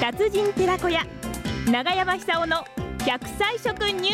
達人寺子屋長山久夫の百歳食入門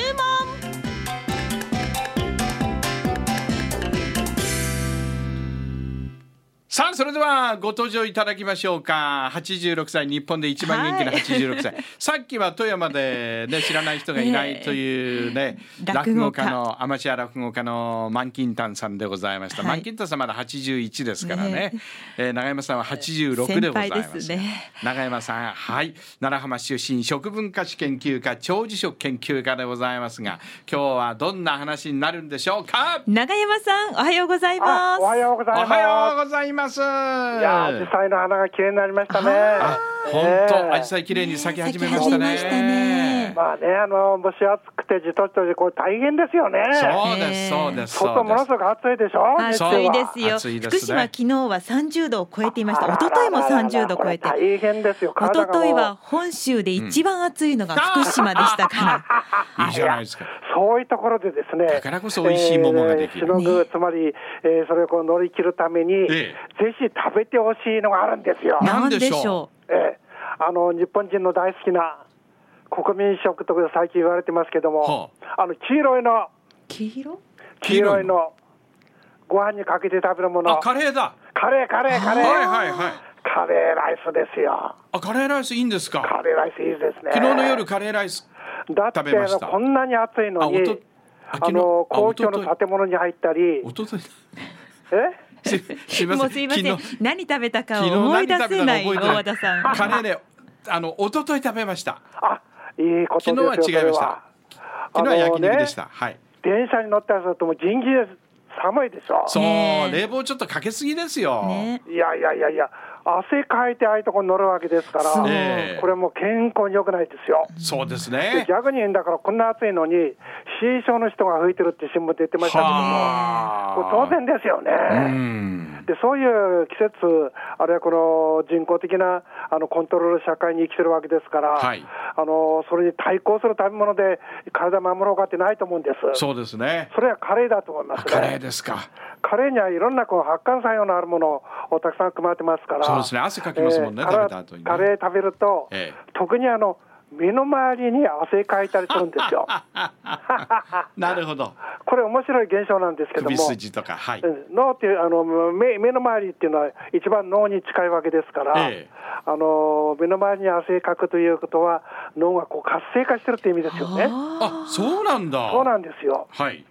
さあそれではご登場いただきましょうか86歳日本で一番人気のはい86歳、さっきは富山で、ね、知らない人がいないというね、え落 落語語家家のアマチュア落語家のマンキンタンさんでございました、はいマンキンタンさんまだ81ですからねねえー永山さんは86でございま先輩すですね永山さんはい奈良浜出身食文化史研究家長寿食研究家でございますが今日はどんな話になるんでしょうか長山さんおはようございまあすおはようござおいます。はようございますいやー、実際の花が綺麗になりましたね。あ、本え当、えアジサイ綺麗に咲き始めました咲き始めましたねね。まあね、あの、蒸し暑くてじとじとじ、これ大変ですよね。そうねでえす、そうです、そ外うものですご。く暑いでしょ暑そうい日で中はすよ暑いですね福島昨日は30度を超えていましたあらら一昨日も30度を超えてこれ大変ですよ。一体がもう昨日は。本州で一番暑いのが福島でしたから、いいじゃないですか。そういうところでですね。だからこそ美味しい桃ができるえーしのぐ、つまり、えーそれをこう乗り切るために、ええぜひ食べてほしいのがあるんですよ。ななんんででしょうしょうええあの日本人の大好きな国民食とか最近言われてますけども、あの黄色いの黄色黄色いのご飯にかけて食べるものあ、カレーだ。カレーカレーカはレいーはいはい。カレーライスですよあ、カレーライスいいんですか。カレーライスいいですね昨日の夜カレーライス。だって食べましたあのこんなに暑いのにあおとああ昨日のあ公共おととのい建物に入ったりえおととい。 すすいまもせ。うんすいません昨日何食べたか昨日を思い出何食べせたのない覚え大てない和田さんカレーね、あの、一昨日食べました。あいいことですよ昨日は違いましたそ昨れ日は焼肉でした。はい。あのね電車に乗ったりするともう人気です寒いでしょそう、ねえ冷房ちょっとかけすぎですよ。ねいやいやいやいや汗かいてああいうとこに乗るわけですからそうええこれもう健康に良くないですよそうですでね。逆にだからこんな暑いのに、死傷の人が吹いてるって新聞で言ってましたけどはあも、これ当然ですようね。ん。でそういう季節、あるいはこの人工的なあのコントロール社会に生きてるわけですから、はいあの、それに対抗する食べ物で体守ろうかってないと思うんです、そうですね。それはカレーだと思いまあすカレーね。ですか。カレーにはいろんなこう発汗作用のあるものをたくさん含まれてますから、そうですね汗かきますもんねえー食べた後にねカレー食べると、え特にあの身の回りに汗かいたりするんですよ。 なるほど。これ面白い現象なん ですけども首、筋とか、はい。うん脳っていうあの目目の周りっていうのは一番脳に近いわけですから、ええあの目の周りに汗かくということは脳がこう活性化してるって意味ですよね。あ、そうなんだ。そうなんですよ。はい。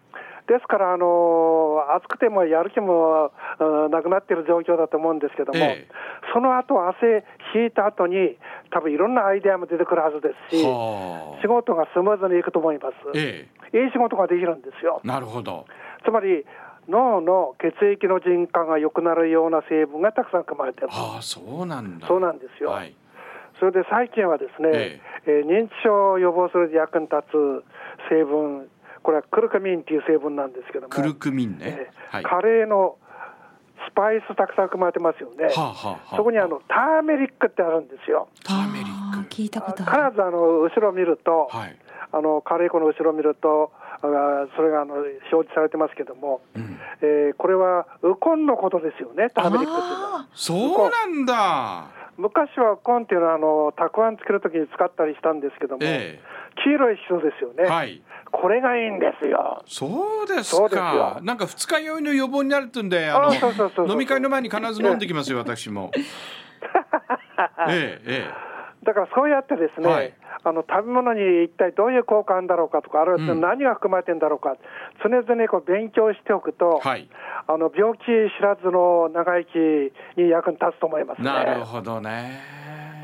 ですからあの暑くてもやる気も、うんなくなってる状況だと思うんですけども、ええその後汗引いた後に多分いろんなアイデアも出てくるはずですし、は仕あ。事がスムーズにいくと思います。えいい仕事ができるんですよえ。。なるほど。つまり脳の血液の循環が良くなるような成分がたくさん含まれている。ああ、そうなんだ。そうなんですよはい。それで最近はですね、ええー認知症を予防する役に立つ成分、これはクルクミンっていう成分なんですけども、クルクミンねえ。ーはい。はカレーのスパイスたくさん含まれてますよね。あ、はあはあ。そこにあのターメリックってあるんですよ。ターメリッあー聞いたあこと必あるずあの後ろ見ると、ク。はい。あのカレー粉の後ろ見ると、あーそれがあの表示されてますけども、んえーこれはウコンのことですよね、ターメリックっていうのは。あそうなんだ。昔はウコンっていうのはあの、たくあん作るときに使ったりしたんですけども、え黄色い色ですよえ。ね、はい。これがいいんですよ。そうですそうですかよ。なんか二日酔いの予防になるってんで、ああそうそうそうそのう飲み会の前に必ず飲んできますよ、私 も。ええ、えだからそうやってですね、はいあの食べ物に一体どういう効果あるんだろうかとか、あるいはうん何が含まれてんだろうか、常々こう勉強しておくと、え。はい。あの病気知らずの長生きに役に立つと思いますね。なるほどね。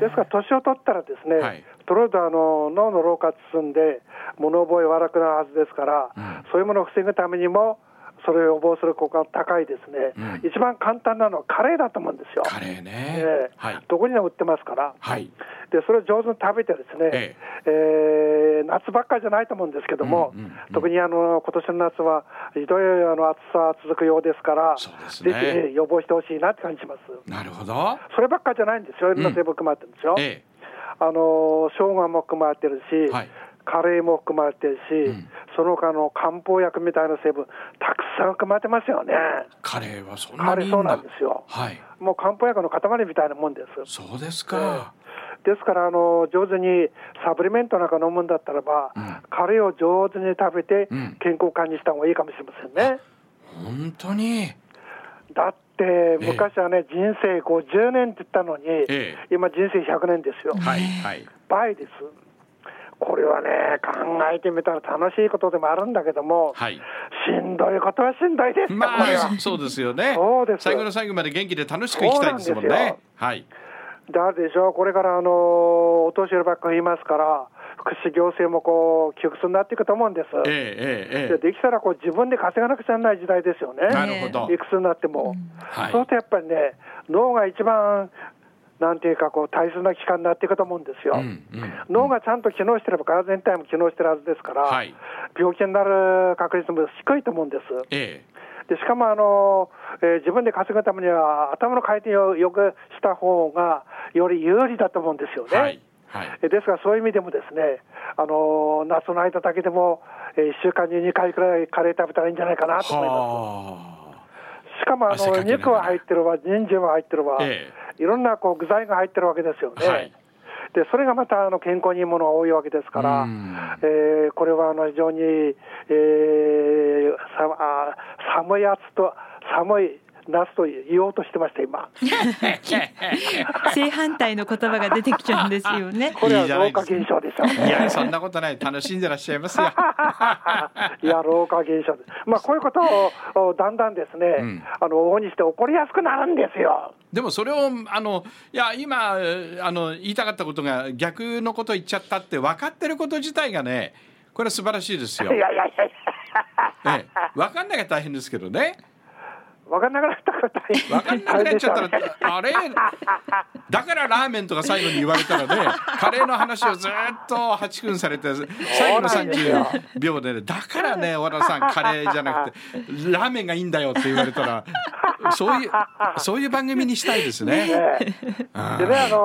ですから年を取ったらですね、はいとりあえずあの脳の老化進んで物覚え悪くなるはずですから、うんそういうものを防ぐためにもそれを予防する効果が高いですね、うん一番簡単なのはカレーだと思うんですよ、カレーねええ。はい。どこにでも売ってますからはい。でそれを上手に食べてですね、ええー夏ばっかりじゃないと思うんですけども、うんうんうん特にあの今年の夏はひどいあの暑さ続くようですからそうですぜねひ、えー予防してほしいなって感じしますなるほど。そればっかりじゃないんですよいろんな成分含まれてるんですよ、えあの生姜も含まれてるし、はいカレーも含まれてるし、うんその他の漢方薬みたいな成分、たくさん含まれてますよね、え、カレーはそんなカにいいレーんそうだなんですよ、はい。もう漢方薬の塊みたいなもんです。そうですか。ですからあの上手にサプリメントなんか飲むんだったらば、うんカレーを上手に食べてうん健康管理した方がいいかもしれませんね。本当にだって昔はね、人生50年って言ったのに、え今人生100年ですよ。はいはい倍です。これはね考えてみたら楽しいことでもあるんだけども、 はいしんどいことはしんどいですよ、まこれはあそうですよねそうです最後の最後まで元気で楽しくいきたいですもんそうなんねですよはいだでしょう、これからあのお年寄りばっかりいますから、福祉行政もこう窮屈になっていくと思うんです。ええええでできたらこう自分で稼がなくちゃならない時代ですよね、ええなるほどいくつになっても。はいそうするとやっぱりね、脳が一番、なんていうかこう、大切な期間になっていくと思うんですよ。うんうん脳がちゃんと機能してれば、体全体も機能してるはずですから、はい病気になる確率も低いと思うんです。えでしかもあの、えー自分で稼ぐためには、頭の回転をよくした方が、より有利だと思うんですよえね。はいはいえですから、そういう意味でもですね、あの夏の間だけでも、え1週間に2回くらいカレー食べたらいいんじゃないかなと思いまはす。しかもあ汗かのきながら肉は入ってるわ、人参は入ってるわ、えいろんなこう具材が入ってるわけですよね。はいでそれがまたあの健康にいいものが多いわけですからうん、えーこれはあの非常に、えーさあ寒い暑と寒い夏と言おうとしてました、今。正反対の言葉が出てきちゃうんですよね。これいいはじゃな老いで化すか現象です よいやね。そんなことない楽しんでらっしゃい ますよ いや、老化現象です。まあ、こういうことをおだんだんですね、うんあの往々にして起こりやすくなるんですよ。でもそれをあのいや今えーあの言いたかったことが逆のこと言っちゃったって分かってること自体がねこれは素晴らしいですいよやいやいやいや、ええ、分かんなきゃ大変ですけどね分かんなくなったことは分かんなくなっちゃったらあれだからラーメンとか最後に言われたらねカレーの話をずっと八君されて最後のそうなんですよ30秒でねだからね小田さんカレーじゃなくてラーメンがいいんだよって言われたらそういうそういう番組にしたいですね。ねあでね、あの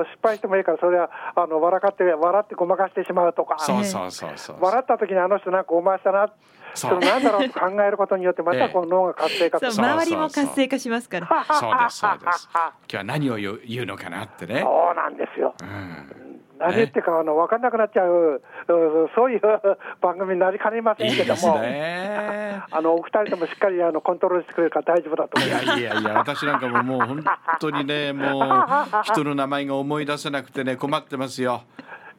ー失敗してもいいから、それはあの笑かって笑ってごまかしてしまうとか、そうそうそうそう。笑った時にあの人なんかお前したな、そそうれなんだろうと考えることによって、まええたこの脳が活性化すそうる。そう周りも活性化しますから。そうですそうです。今日は何を言う言うのかなってね。そうなんですよ。うん、何言ってかあの分かんなくなっちゃう、うんそういう番組になりかねませいんいけどですも、ね。あのお二人ともしっかりあのコントロールしてくれるから大丈夫だと思いいまやす。いやいや私なんかももう本当にねもう人の名前が思い出せなくてね困ってますよ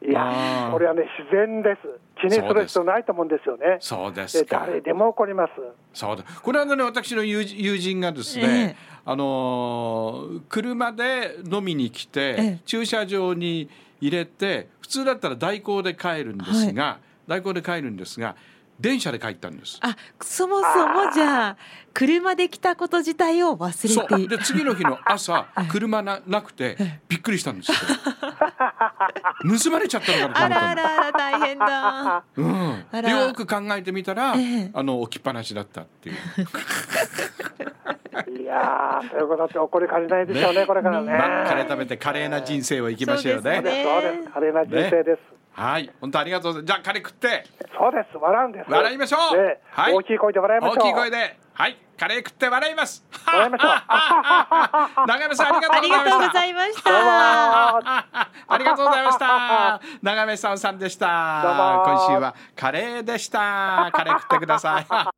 いあーや、これはね自然です。気にする必要ないと思うんですよね。そうですでか誰でも起こります。そうだこれはね私の友人友人がですね、あのー車で飲みに来て、ええ駐車場に入れて普通だったら代行で帰るんですが、代行で帰るんですが電車で帰ったんですあ、そもそもじゃあ車で来たこと自体を忘それてういで次の日の 朝車ななくてびっくりしたんですよ盗まれちゃったのかと思ったあらあのらあら大変だ。うん、あらよく考えてみたら、ええあの置きっぱなしだったっていう、いやー、そういうことって起こりかねないでしょうね、ねこれからね。まあ、カレー食べて華麗な人生を生きましょうそうねですそうねです、そうです。華麗な人生です。はい本当ありがとうございますじゃあカレー食ってそうです、笑うんです。笑いましょう、ねはい、大きい声で笑いましょう。大きい声ではいカレー食って笑います笑い ましょう長山さんありがとあうごりざがいまとうしごたざいましどうもた。 ありがとうございました。長めさんさんでした。どうも今週はカレーでした。カレー食ってください。